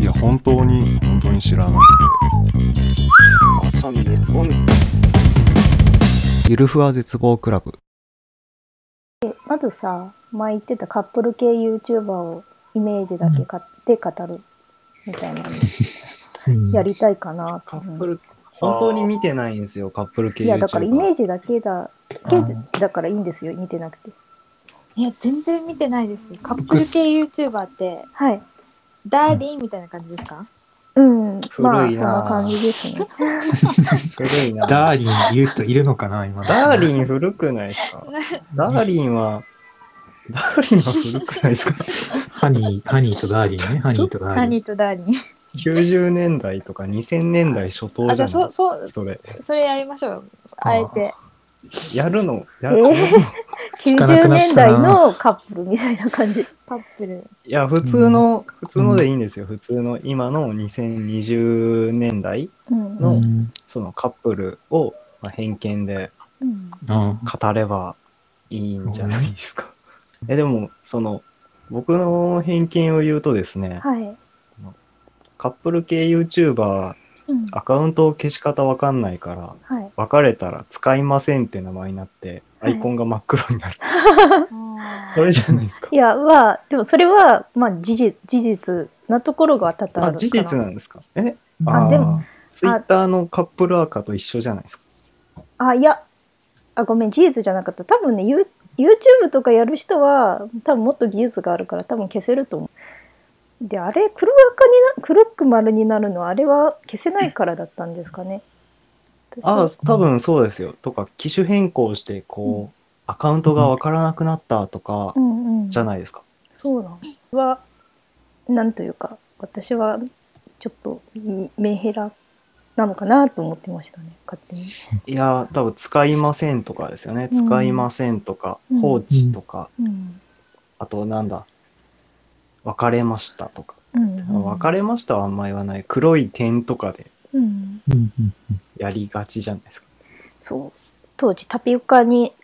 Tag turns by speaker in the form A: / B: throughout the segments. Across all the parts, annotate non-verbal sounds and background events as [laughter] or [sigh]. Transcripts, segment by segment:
A: や本当に本当に知らなく
B: 朝に寝込み
A: てゆるふわ絶望クラブ
C: まずさ前言ってたカップル系 YouTuber をイメージだけ買って語るみたいなのやりたいかな
D: カ
C: と
D: ッ
C: 思
D: プ
C: う、
D: ル、本当に見てないんですよ、カップル系。
C: いやだからイメージだけだけ
D: あ
C: だからいいんですよ見てなくて
E: いや全然見てないですカップル系 YouTuber って
C: はい
E: ダーリンみたいな感じですか、
C: うんま
D: 古
C: あ
D: い
C: そん
D: な
C: な感じですね
D: 古いな。ダ
F: ダーリン言う人いるのかな、今。
D: ーリン古くないですかダーリンは、ダーリンは古くないですか
F: ハニー、ハニーとダーリンね。ハニーとダ
E: ハ
F: ーリン。
E: ニーとダーリン
D: ?90 年代とか2000年代初頭
E: あ
D: じ
E: じゃ
D: ゃ
E: あそ
D: な
E: う
D: い
E: そ
D: そ
E: う
D: れ。
E: それやりましょうあえて
D: やるの、や
C: え
D: る
C: ー
F: 聞かな
C: 90
F: くなっ
C: 年
F: たな
C: 代のカップルみたいな感じ
E: カップル
D: いや、普通の、普通のでいいんですよ。普通の、今の2020年代、
C: うん
F: う
D: の
F: ん
D: そのカップルを、まあ、偏見で
C: うん
F: うん
D: 語ればいいんじゃないですか。 [laughs] え、でも、その、僕の偏見を言うとですね、
C: はい、
D: カップル系 YouTuber
C: うん、
D: アカウントを消し方わかんないから
C: はい
D: 別れたら使いませんって名前になってア
C: はい
D: イコンが真っ黒になる、
E: あ
D: それじゃない
C: [laughs]
D: ですか
C: いやまあでもそれはまあ事実事実なところが多々ある
D: あ
C: かな
D: 事実なんですかえ
C: あでも
D: ツイッターのカップルアカと一緒じゃないですか
C: あいやあごめん事実じゃなかった多分ねユー YouTube とかやる人は多分もっと技術があるから多分消せると思うであれ黒赤にな黒く丸になるのはあれは消せないからだったんですかね私は
D: あ多分そうですよとか機種変更してこう、アカウントがわからなくなったとか
C: うんうん
D: じゃないですか、
C: そうなのはなんというか私はちょっとメメンヘラなのかなと思ってましたね勝手に
D: いやー多分使いませんとかですよね使いませんとか、
C: うん
D: 放置とか、
C: うん
D: あとなんだ別れましたとか
C: うんうん
D: 別れましたはあんま言わない黒い点とかで
C: うん
F: うんうん
D: やりがちじゃないですか
C: そう当時タピオカに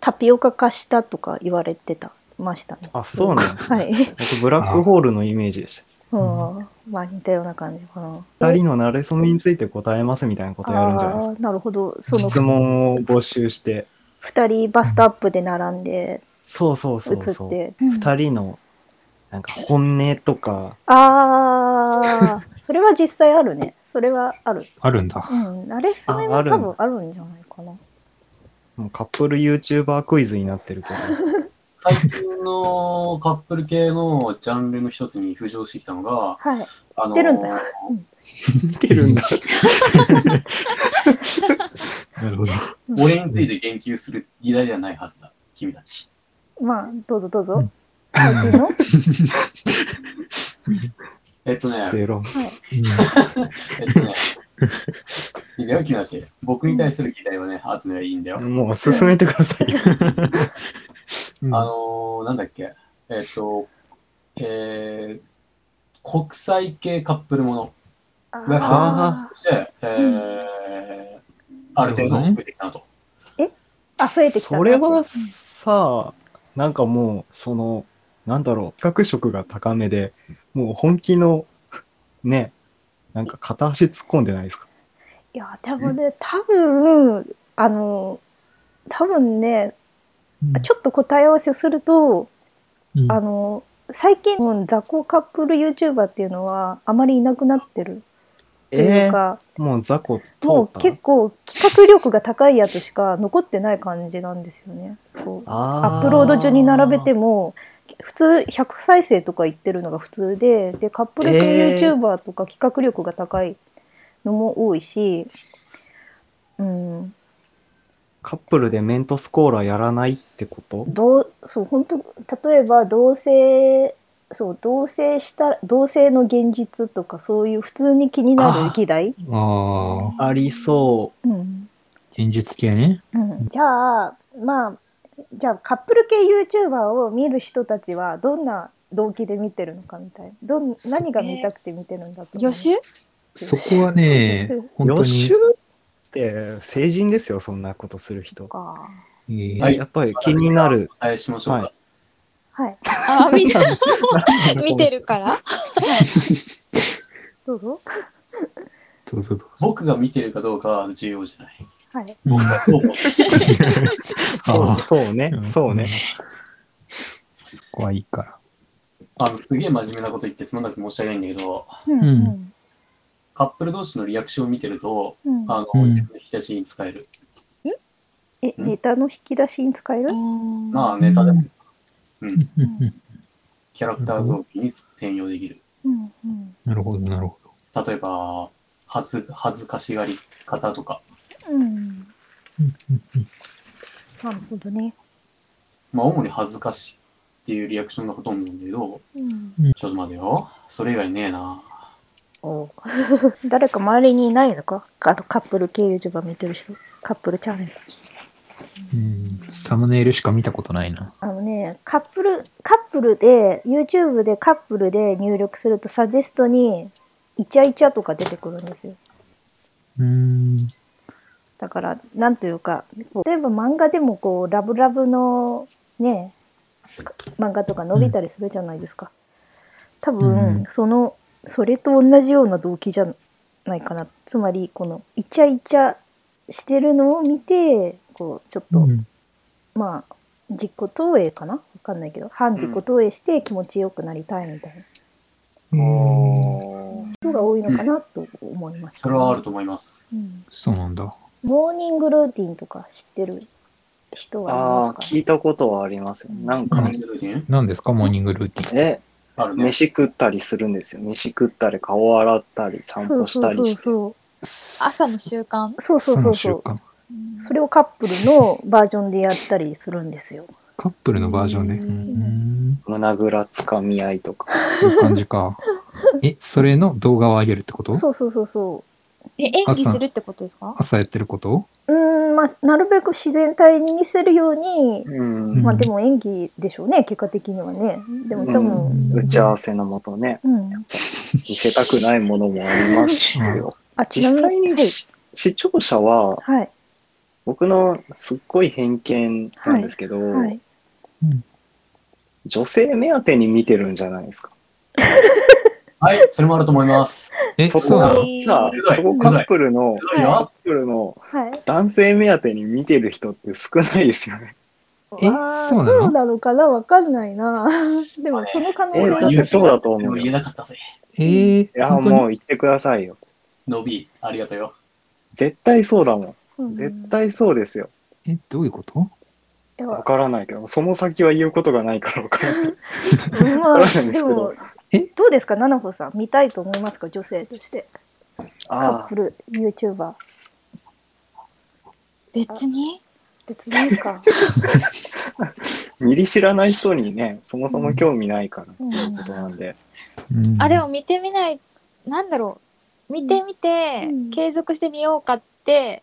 C: タピオカ化したとか言われてたましたね。
D: あそうなんですね
C: はい。
D: [laughs]
C: うん
D: 僕ブラックホールのイメージでし
C: まあ似たような感じかな。
D: た二人の馴れ初めについて答えますみたいなことやるんじゃないです
C: ああーなるほど。そ
D: か
C: の
D: 質問を募集して
C: 二人バストアップで並んで
D: そうそう
C: 映
D: そう
C: っ
D: そう
C: て。
D: 二人のなんか本音とか
C: ああ
D: [laughs]
C: それは実際あるね。それはある。
F: あるんだ。
C: うん。あれそれ
D: ああ
C: は
D: る
C: 多分あるんじゃないかな。
D: もうカップル YouTuber クイズになってるけど
G: 最近のカップル系のジャンルの一つに浮上してきたのが、
C: はい。
G: あ
C: 知
G: の
C: ってるんだよ。
D: [laughs] 見てるんだ
F: なるほど。
G: 俺について言及する議題ではないはずだ、君たち。
C: まあどうぞどう
F: う
C: ぞ
F: ん。
C: 最
D: [laughs]
C: 近の。
G: えっとね、
D: [laughs] 正論
G: えっとね、いいんだよ、君たち。僕に対する議題はね、後でいいんだよ。
D: もう進めてくださいよ
F: うん
G: あのー、なんだっけ、えっと、えー、国際系カップルもの
C: あ
G: として、えーある程度増えてきたなと。
C: ーあ増えてきたな。
D: それはさなんかもうそのなんだろう企画色が高めでもう本気のねなんか片足突っ込んでないですか
C: いやでもね多分あの多分ね
F: うん
C: ちょっと答え合わせすると、
F: うん
C: あの最近うん雑魚カップル YouTuber っていうのはあまりいなくなってるっていうか、
D: もう雑魚
C: も
D: 通
C: う
D: った
C: 結構企画力が高いやつしか残ってない感じなんですよね。こう
D: ア
C: アップロード中に並べても普通100再生とか言ってるのが普通ででカップル系
D: えー
C: YouTuber とか企画力が高いのも多いし、うん、
D: カップルでメントスコーラやらないってこと
C: どうそう本当例えば同性そう同性した同性の現実とかそういう普通に気になる議題、
F: ああ、
D: ありそ
C: うん
F: 現実系ね。
C: うん、じゃあまあじゃあカップル系 YouTuber を見る人たちはどんな動機で見てるのかみたいなどん何が見たくて見てるんだと
E: ー
C: 思う
E: 予習
F: そこはね
C: そう、
D: う
F: 本当
D: 予習
F: に、
D: って成人ですよそんなことする人
C: か
F: えー
G: はい
D: やっぱり気になる
G: お伝えしましょうか。
D: はい
C: はい
E: あ、見て見て
F: る。
E: るから。
C: どうぞ
F: どうぞどうぞ。
G: 僕が見てるかどうかは重要じゃない。
C: はい
F: うん
G: どうも
H: そうそうね
F: ん、
H: そうね。
F: そこはいいか
G: あのすげえ真面目なこと言ってすまなくて申し訳ないんだけど、
C: うん
F: う
C: うん
F: ん
G: カップル同士のリアクションを見てると、
C: うん
G: あの、
F: うん
G: 引き出しに使える。
C: えネタの引き出しに使える
G: まあ、ネタでも
F: ら。うんうんうん
G: キャラクター動機に転用できる。
C: うんうん
F: なるほど、なるほど。
G: 例えば、恥ず恥ずかしがり方とか、
C: うん
F: うんうんうん
C: なるほどね
G: まあ、主に恥ずかしいっていうリアクションがほとんどなんだけど、
C: うん
G: ちょっと待てよ。それ以外ねえな。
C: お [laughs] 誰か周りにいないのかあとカップル系 YouTuber 見てる人カップルチャンネル
F: うんサムネイルしか見たことないな。
C: あのねカップルカップルで YouTube でカップルで入力するとサジェストにイチャイチャとか出てくるんですよ
F: うん。
C: だからなんというかこう例えば漫画でもこうラブラブのねか漫画とか伸びたりするじゃないですか、多分、
F: うん
C: そのそれと同じような動機じゃないかなつまりこのイチャイチャしてるのを見てこうちょっと、
F: うん
C: まあ自己投影かなわかんないけど反自己投影して気持ちよくなりたいみたいな人が多いのかなと思いました、
G: それはあると思います
C: う。ん
F: そうなんだ。
C: モーニングルーティンとか知ってる人は
D: あ
C: い
D: あ、
C: ますか
D: 聞いたことはありますよ。なん
G: あ
D: か
G: の、人たちね
F: 何ですか、モーニングルーティン。
D: ね、
G: あるね。
D: 飯食ったりするんですよ。飯食ったり、顔洗ったり、散歩したりして。
C: そう
E: 朝の習慣。
C: そうそうそうそうそ
F: そ
C: うそ
F: の
C: う
F: 習慣
C: それをカップルのバージョンでやったりするんですよ
F: カップルのバージョンで。
E: う
F: うんん。
D: 胸ぐらつかみ合いとか。
F: そういう感じか。え、それの動画を上げるってこと
C: そうそうそうそ
E: え、演技するってことですか
F: 朝やってること
C: ううーんまあなるべく自然体に似せるように、
D: うん。
C: まあでも演技でしょうね結果的にはねでも多分、
F: うん
D: 打ち合わせのもとね、
C: うん、
D: 見せたくないものもありますよ。
C: あちな
D: 実際
C: みに
D: にし視聴者は、
C: はい
D: 僕のすっごい偏見なんですけど、
C: はい
D: 女性目当てに見てるんじゃないですか。
G: はい、それもあると思います。
F: え、
D: そ
F: そう
D: こ
F: な
D: は
F: の
D: さ
G: うなの、
D: そこカップルの、
G: うなの
D: カップルの
C: はい
D: 男性目当てに見てる人って少ないですよね。
F: え
C: わー
F: そうなの
C: そうなのかなわかんないなでもその可能
D: え
C: 性
D: だってそうだと思
G: でも
D: うよ。い
G: 言えなかったぜ。
F: えー、
D: や、
F: 本当に
D: もう言ってくださいよ。
G: 伸び、ありがとうよ。
D: 絶対そうだも
C: うん
D: ん。絶対そうですよ。
F: え、どういうこと
C: いや
D: わからないけど、その先は言うことがないからわからない。
C: ま
D: わ
C: あ
D: からないんです
C: で
D: けど
C: も
F: え
C: どうですか菜々子さん見たいと思いますか女性としてカ
D: あ
C: ップル YouTuber
E: 別に
C: 別にいいか、
D: あ、見り知らない人にね、そもそも興味ないからっていうことなんで。
F: うん
E: あ、でも見てみない、なんだろう。見てみて、
C: うん
E: 継続してみようかって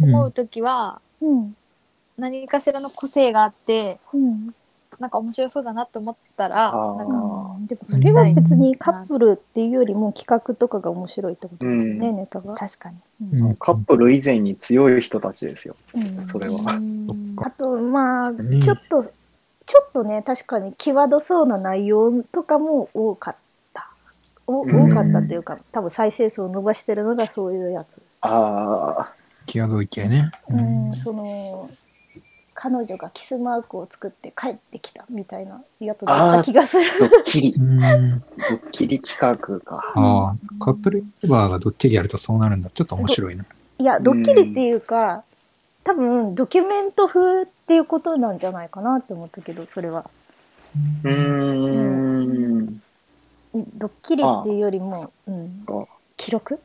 E: 思うときは、
C: うん
E: 何かしらの個性があって、
C: うん、
E: なんか面白そうだなって思ったら、
D: あー
E: なんか
C: うんでもそれは別にカップルっていうよりも企画とかが面白いってことですよね、
D: う
C: ネタが。
E: 確かに。
F: うん、うん
D: カップル以前に強い人たちですよ。
C: うん
D: それは。
C: あとまあ
F: ね
C: ちょっと、ちょっとね確かに際どそうな内容とかも多かった。お多
F: うん
C: かったというか、多分再生数を伸ばしてるのがそういうやつ。
D: あ
F: 際どい系ね。
C: うん、その彼女がキスマークを作って帰ってきたみたいなやつだった気がする。
D: あ、ドッキリ
F: う。ん。
D: ドッキリ企画か。
F: ああ、カップルバーがドッキリやるとそうなるんだ。ちょっと面白いな。
C: いやドッキリっていうか、多分ドキュメント風っていうことなんじゃないかなって思ったけどそれは
D: うーん。
C: ドッキリっていうよりも、うん
D: そっか、
C: 記録、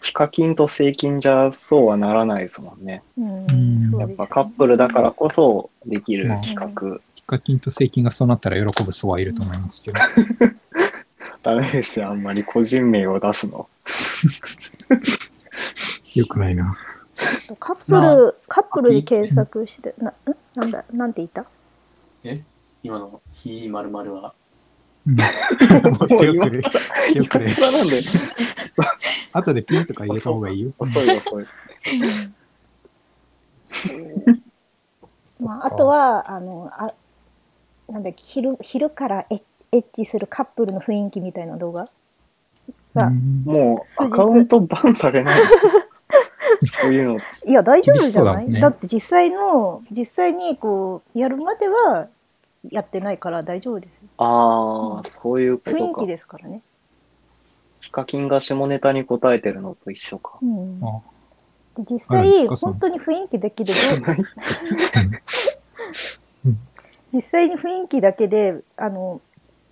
D: ヒカキンとセイキンじゃそうはならないですもんね。
C: うん
F: うん
C: そう
D: や
C: です
D: っ
C: ね
D: ぱカップルだからこそできる企画。
F: ヒカキンとセイキンがそうなったら喜ぶ人はいると思いますけど。
D: ダメですよ、あんまり個人名を出すの。
F: よくないな。
C: カップル、
G: ま
C: カップルで検索してなうんなんだなんて言った
G: 今のひまるまるは。
F: うん
D: う
F: よ
D: 今
F: くね。よくね。
D: 今なんで、
F: 後でピンとか入れた方がいいよ。
D: 遅い遅い。
C: まあ、あとはあのあなんだっけ昼昼からエッエッチするカップルの雰囲気みたいな動画が、
F: うん
D: もう
C: 数日
D: アカウントバンされないそういうの
C: いや大丈夫じゃな
F: 厳しそうだ
C: い
F: も
C: だ,、
F: んね
C: って実際の実際にこうやるまではやってないから大丈夫ですよ
D: ああそういうこと
C: 雰囲気
D: か
C: ですからね、
D: ヒカキンが下ネタに答えてるのと一緒か
C: うん
F: あ
C: で実
F: あるんで
C: 際
F: すかその
C: 本当に雰囲気だけで
D: 知らない
C: 実際に雰囲気だけであの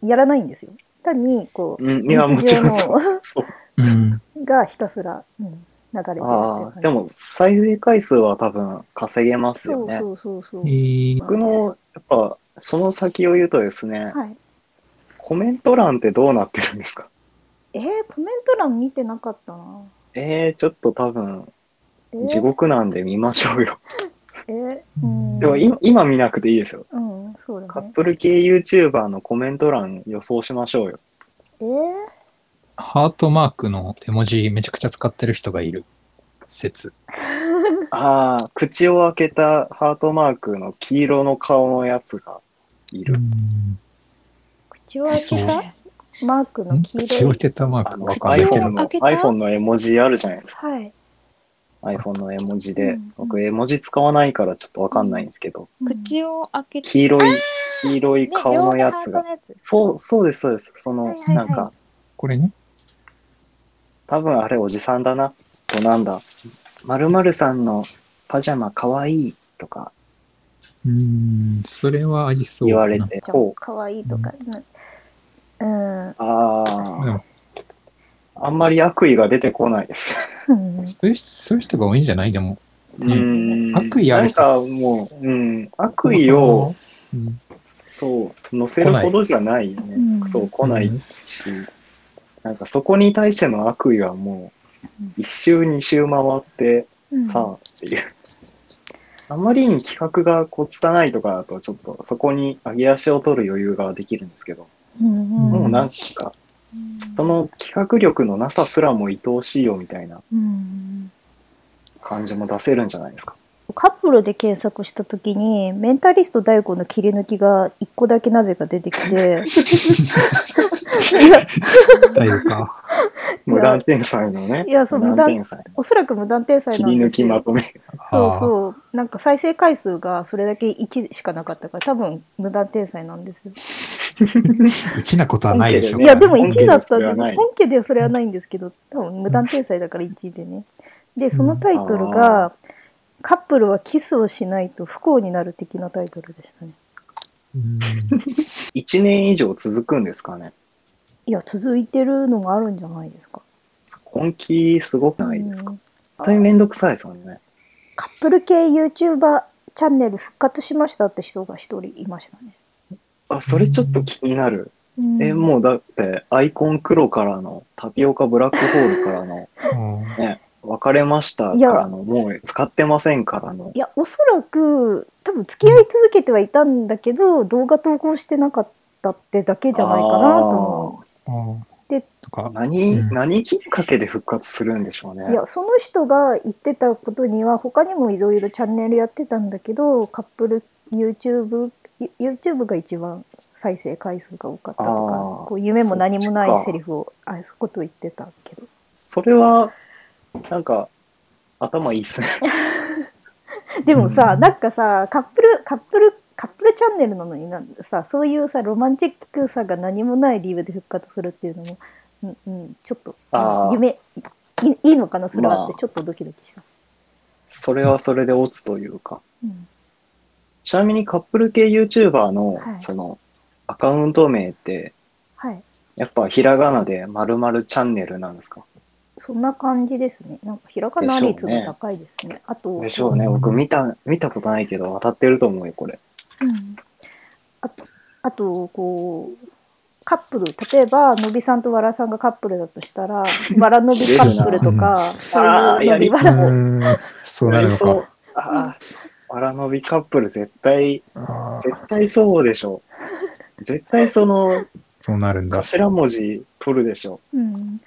C: やらないんですよ単にこう
D: うんいやもちろん
C: 日
D: そ
C: 常
D: う
C: の
D: そう
F: うん。
C: がひたすら、うん、流れてるっていう
D: あ
C: 感
D: あ
C: じ
D: でも再生回数は多分稼げます
C: そ
D: よ
C: う
D: ね
C: そうそうそう、
F: えー
D: 僕のやっぱその先を言うとですね
C: はい
D: コメント欄ってどうなってるんですか
C: えー、コメント欄見てなかったな、
D: えー、ちょっと多分
C: えー、
D: 地獄なんで見ましょうよ。
C: えーうん
D: でも今今見なくていいですよ。
C: うんそう
D: カ
C: だ
D: ッ
C: ね
D: プル系 YouTuber のコメント欄予想しましょうよ。
C: えー、
F: ハートマークの絵文字めちゃくちゃ使ってる人がいる説。
D: ああ、口を開けたハートマークの黄色の顔のやつがいる。
F: うん
C: 口を開けたマークの黄
F: 口を
C: 色
F: 開
C: い
F: けたマー
D: あ
F: ク
D: の
F: わかんないけど。
D: iPhone の
E: 口を開けた
D: iPhone の絵文字あるじゃないですか。
C: はい、
D: iPhone の絵文字
C: う
D: で
C: ん。
D: 僕絵文字使わないからちょっとわかんないんですけど、
C: うん
E: 口を開けて、
D: 黄色い、黄色い
E: ね
D: 顔のやつ
E: 両
D: が。
E: 方ハートのやつ
D: そう、そうです、そうです。そ
E: は
D: の
E: いは、いはい
D: なんか、
F: これね。
D: 多分あれおじさんだな。となんだ。〇〇さんのパジャマかわいいとか
F: うん。それはありそう
D: 言
F: だ
D: わ
F: な。
D: れて、
C: じゃ
D: こ
C: あかわいいとか、うんうん
D: う、
F: で
D: ああ、
F: も
D: あんまり悪意が出てこないです。
C: うん
F: そういう人そういう人が多いんじゃないでも。
D: うーん
F: 悪意ある人
D: なんかもう、うん、悪意を、
F: うん。
D: そう、乗せるほどじゃないよ
C: うん
D: ね。そう、来ないし、なんかそこに対しての悪意はも
C: うん
D: う、一周二周回って、
C: うん
D: さあっていう。あまりに企画がこう拙いとかだと、ちょっとそこに上げ足を取る余裕ができるんですけど、
C: うんうん
D: もうなんか、その企画力のなさすらも愛おしいよみたいな
C: うん
D: 感じも出せるんじゃないですか。
C: カップルで検索した時にメンタリスト大悟の切り抜きが1個だけなぜか出てき [laughs] て
F: だいぶか。
D: 無断天才のね。
C: いやそう
D: 無断天才
C: おそらく無断天
D: の
C: 才
D: 切
C: なん
D: り
C: で
D: 抜
C: す
D: きまとめ。
C: そう
F: う。
C: そうなんか再生回数がそれだけ1しかなかったから多分無断天才なんですよ
F: 一なことはないでしょう
C: い
F: から
C: や
F: ね
C: でも
D: 本家
C: 1位
D: で
C: だ
D: は
C: った
D: そ
C: ん
D: れ
C: で
D: は
C: す
D: ない
C: 本家ではそれはないんですけど多分無断天才だから1位でねでそのタイトルが「カップルはキスをしないと不幸になる」的なタイトルでしたね
F: うん
D: 1年以上続くんですかね。
C: いや続いてるのがあるんじゃないですか
D: 根気すごくないですか
C: うん
D: 絶対めんどくさいですもんね。
C: カップル系 YouTuber チャンネル復活しましたって人が一人いましたね
D: あ、それちょっと気になる。え、
C: う
D: もうだって、アイコン黒からの、タピオカブラックホールからの、
F: うん
D: 別れましたからの、もう使ってませんからの。
C: いやおそらく多分付き合い続けてはいたんだけど動画投稿してなかったってだけじゃないかなと思う
F: うん
C: で
F: とか、
D: 何、
F: うん
D: 何きっかけで復活するんでしょうね。
C: いやその人が言ってたことには他にもいろいろチャンネルやってたんだけどカップル YouTube, You- YouTube が一番再生回数が多かったと
D: あ
C: か
D: ー
C: こう夢も何もな
D: そっ
C: い
D: か
C: セリフをあそういうことを言ってたけど
D: それは、なんか、頭いいっすね。
C: でもさ、
F: うん
C: なんかさカップルカップルカップルチャンネルなのになんさそういうさロマンチックさが何もない理由で復活するっていうのも、うんうん、ちょっと
D: あー
C: 夢いいいのかなそれはって
D: まあ
C: ちょっとドキドキした。
D: それはそれで落ちというか。
C: うん
D: ちなみにカップル系 YouTuber の、
C: はい
D: その、アカウント名って、
C: はい
D: やっぱひらがなで〇〇チャンネルなんですか
C: そんな感じですね。なんかひらがな率が高いですね。あと、
D: でしょうね。僕見た、見たことないけど、渡ってると思うよ、これ。
C: うんあと、あとこう、カップル、例えば、のびさんとわらさんがカップルだとし
D: [laughs]
C: たら、わらのびカップルとか、そう
D: あー
C: いうの
D: や
C: び
D: り
C: わ
F: う
C: らも。
F: んそうなるの
D: や
F: か
D: りそう。ああ、わらのびカップル絶対、
F: あー
D: 絶対そうでしょ。絶対
F: [laughs]
D: その
F: そうなるんだ。
D: 頭文字取るでしょ。
C: うん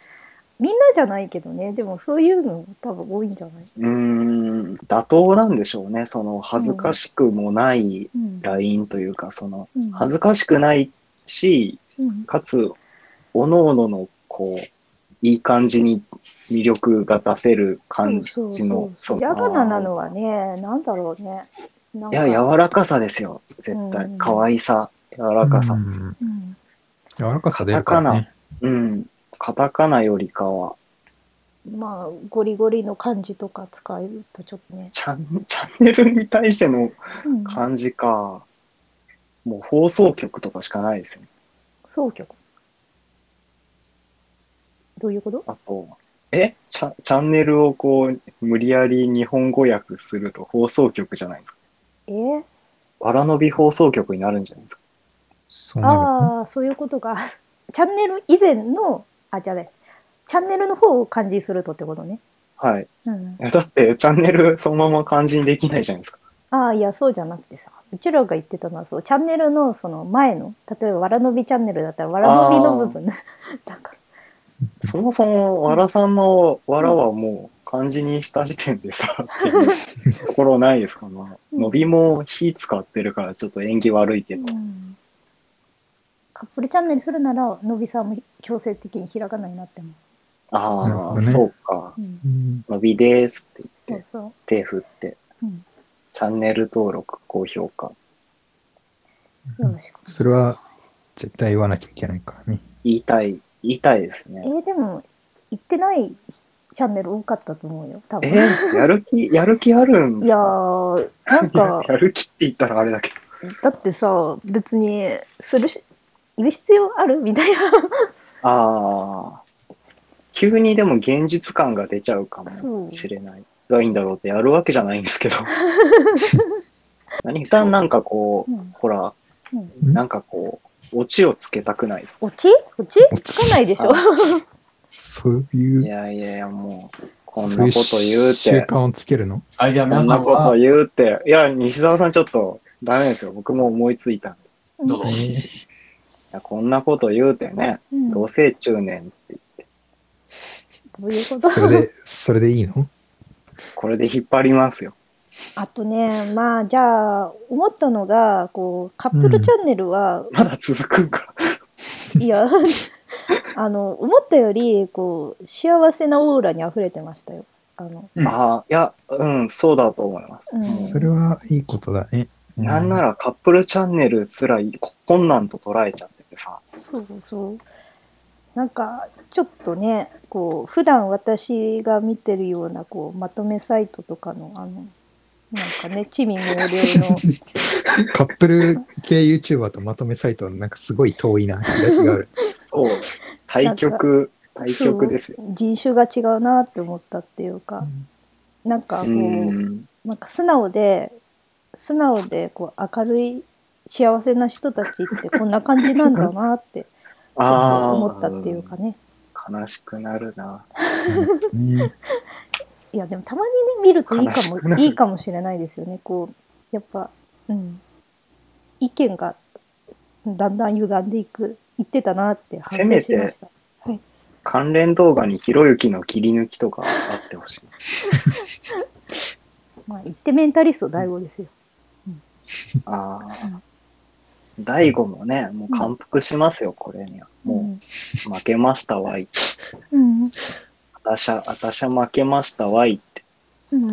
C: みんなじゃないけどね、でもそういうの多分多いんじゃない、
D: うーん。うん、妥当なんでしょうね。その恥ずかしくもない
C: うん
D: ラインというか、その
C: うん
D: 恥ずかしくないし、
C: うん
D: かつ、おのおのの、こう、いい感じに魅力が出せる感じ
C: そうそう
D: の、
C: そ
D: そ
C: う矢花な
D: の
C: のはねなんだろうねなん
D: いや、
C: か
D: 柔らかさですよ、絶対
C: うん。
D: 可愛さ、柔らかさ
F: う。ん
C: うん
F: 柔らかさ出るからね。
D: うん。カタカナよりかは、
C: まあゴリゴリの感じとか使えるとちょっとね、
D: チャンチャンネルに対しての
C: うん、
D: 感じか、もう放送局とかしかないですね。
C: 双曲どういうこと
D: あと、えチャチャンネルをこう、無理やり日本語訳すると放送局じゃないですか。
C: えー、
D: わらのび放送局になるんじゃないですか。
F: そうなるよね。
C: ああそういうことかチャンネル以前のあじゃあねチャンネルの方を漢字にするとってことね、
D: はい。
C: うん、
D: えだって、チャンネルそのまま漢字にできないじゃないですか。
C: ああいやそうじゃなくてさうちらが言ってたのはそうチャンネルのその前の例えば「わらのびチャンネル」だったらわらのびの部分だ [laughs] から
D: そもそも、わらさんのわらはもう漢字にした時点でさ、っていうところないですかな。伸びも火使ってるからちょっと縁起悪いけど。
C: うんカップルチャンネルするならのびさんも強制的に開かないなっても、
F: なる
D: あ
F: ほ
D: あ、
F: どね
D: そうか。
C: うん、
F: うん
D: 伸びですって
C: そ
D: 言っ
C: う
D: て、
C: そう
D: 手振って、
C: うん
D: チャンネル登録、高評価。
C: よろしく
F: それは絶対言わなきゃいけないからね。
D: 言いたい、言いたいです
C: え
D: ね。
C: ーでも行ってないチャンネル多かったと思うよ多
D: え
C: 分
D: ーやる気、やる気あるんで
C: い
D: す
C: や
D: か
C: ーなん
D: いや
C: か
D: [laughs] やる気って言ったらあれだけど。
C: だってさ別にするしいる必要ある
D: [laughs]
C: みたい
D: ああ。急にでも現実感が出ちゃうか
C: そう
D: もしれない。がいいんだろうってやるわけじゃないんですけ
C: [laughs]
D: ど。何さんなんかこう、
C: な、うん
D: ほら、
C: うん、
D: なんかこう、オチをつけたくないですか
C: 落ち落ちつかないでし
D: あ
C: ょ
F: そうい、
D: いうやいやいや、もう、こん
F: そう
D: ないこと言う
F: 習
D: て、
F: 慣をつけるの
G: はい、じゃあ
D: こ
G: 皆
D: んな
G: さ
D: んこと
G: は、
D: 言うて、いや、西澤さんちょっとダメですよ。僕も思いついたんで。
G: どう
F: え
G: ぞ。
F: ー
D: いやこんなこと言うてね、
C: うん
D: 同性中年って言って、
C: どういうこと
F: それで、それでいいの
D: これで引っ張りますよ。
C: あとねまあじゃあ思ったのがこうカップルチャンネルは、
D: まだ続くんか。
C: いや [laughs] あの思ったよりこう幸せなオーラに溢れてましたよあの
G: うん
D: ああ、いや、うん、そうだと思います。
C: うん
F: それはいいことだね。
D: なんならカップルチャンネルすらこ困難と捉えちゃっててさ、
C: そうそうなんかちょっとねこう普段私が見てるようなこうまとめサイトとかのあのなんか
D: [laughs]
C: ね地味猛量の
F: カップル系 YouTuber とまとめサイトはなんかすごい遠いな気が違
D: [laughs]
F: う。
D: そう、対局、対局ですよ。
C: そう人種が違うなって思ったっていうか、なんかこ
D: う
C: う、
D: ん、
C: なんか素直で素直でこう明るい幸せな人たちってこんな感じなんだなってちょっ
D: あ
C: と
D: あ、
C: 思ったっていうかね
D: 悲しくなるな。
F: ね
C: いやでもたまにね見るといいか
D: 悲しくな
C: も
D: る
C: いいかもしれないですよねこうやっぱうん意見がだんだん歪んでいく言ってたなって反省しました
D: 関連動画にひろゆきの切り抜きとかあってほしい。
C: まあ言ってメンタリスト大悟ですよ
D: ああ。大悟もね、もう感服しますよ、これには。もう、負けましたわい。
C: うん、うん
D: あたしゃ、あたしゃ負けましたわいって。
C: うん、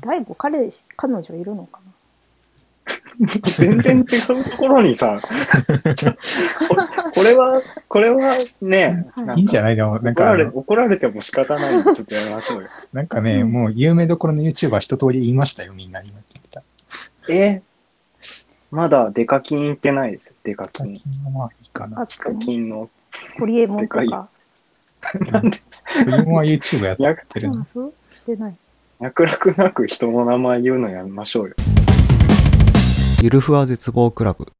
C: 大悟彼氏彼女いるのかな
D: [laughs] 全然違うところに
F: [laughs]
D: さ、ちょここれは、これはね、
C: は
F: い
C: い
F: いんじゃないでも、なん
D: 怒
F: からあ
D: れ
F: の、
D: 怒られても仕方ないんで、ちょっとやりましょうよ。
F: なんかね、もう有名どころの YouTuber 一通り言いましたよ、みんなに。
D: えまだデカキン行ってないです。デカキ
F: 最
D: ン。
F: 近はまあいいかな。
C: あ
D: デカキンの。
C: ホリエモンと
D: でか
C: か
D: なんで、
F: 自分は YouTube やってる
C: あ
F: の
C: あ。そう出ない
D: [laughs] 脈絡なく人の名前言うのやめましょうよ。
A: ゆるふわ絶望クラブ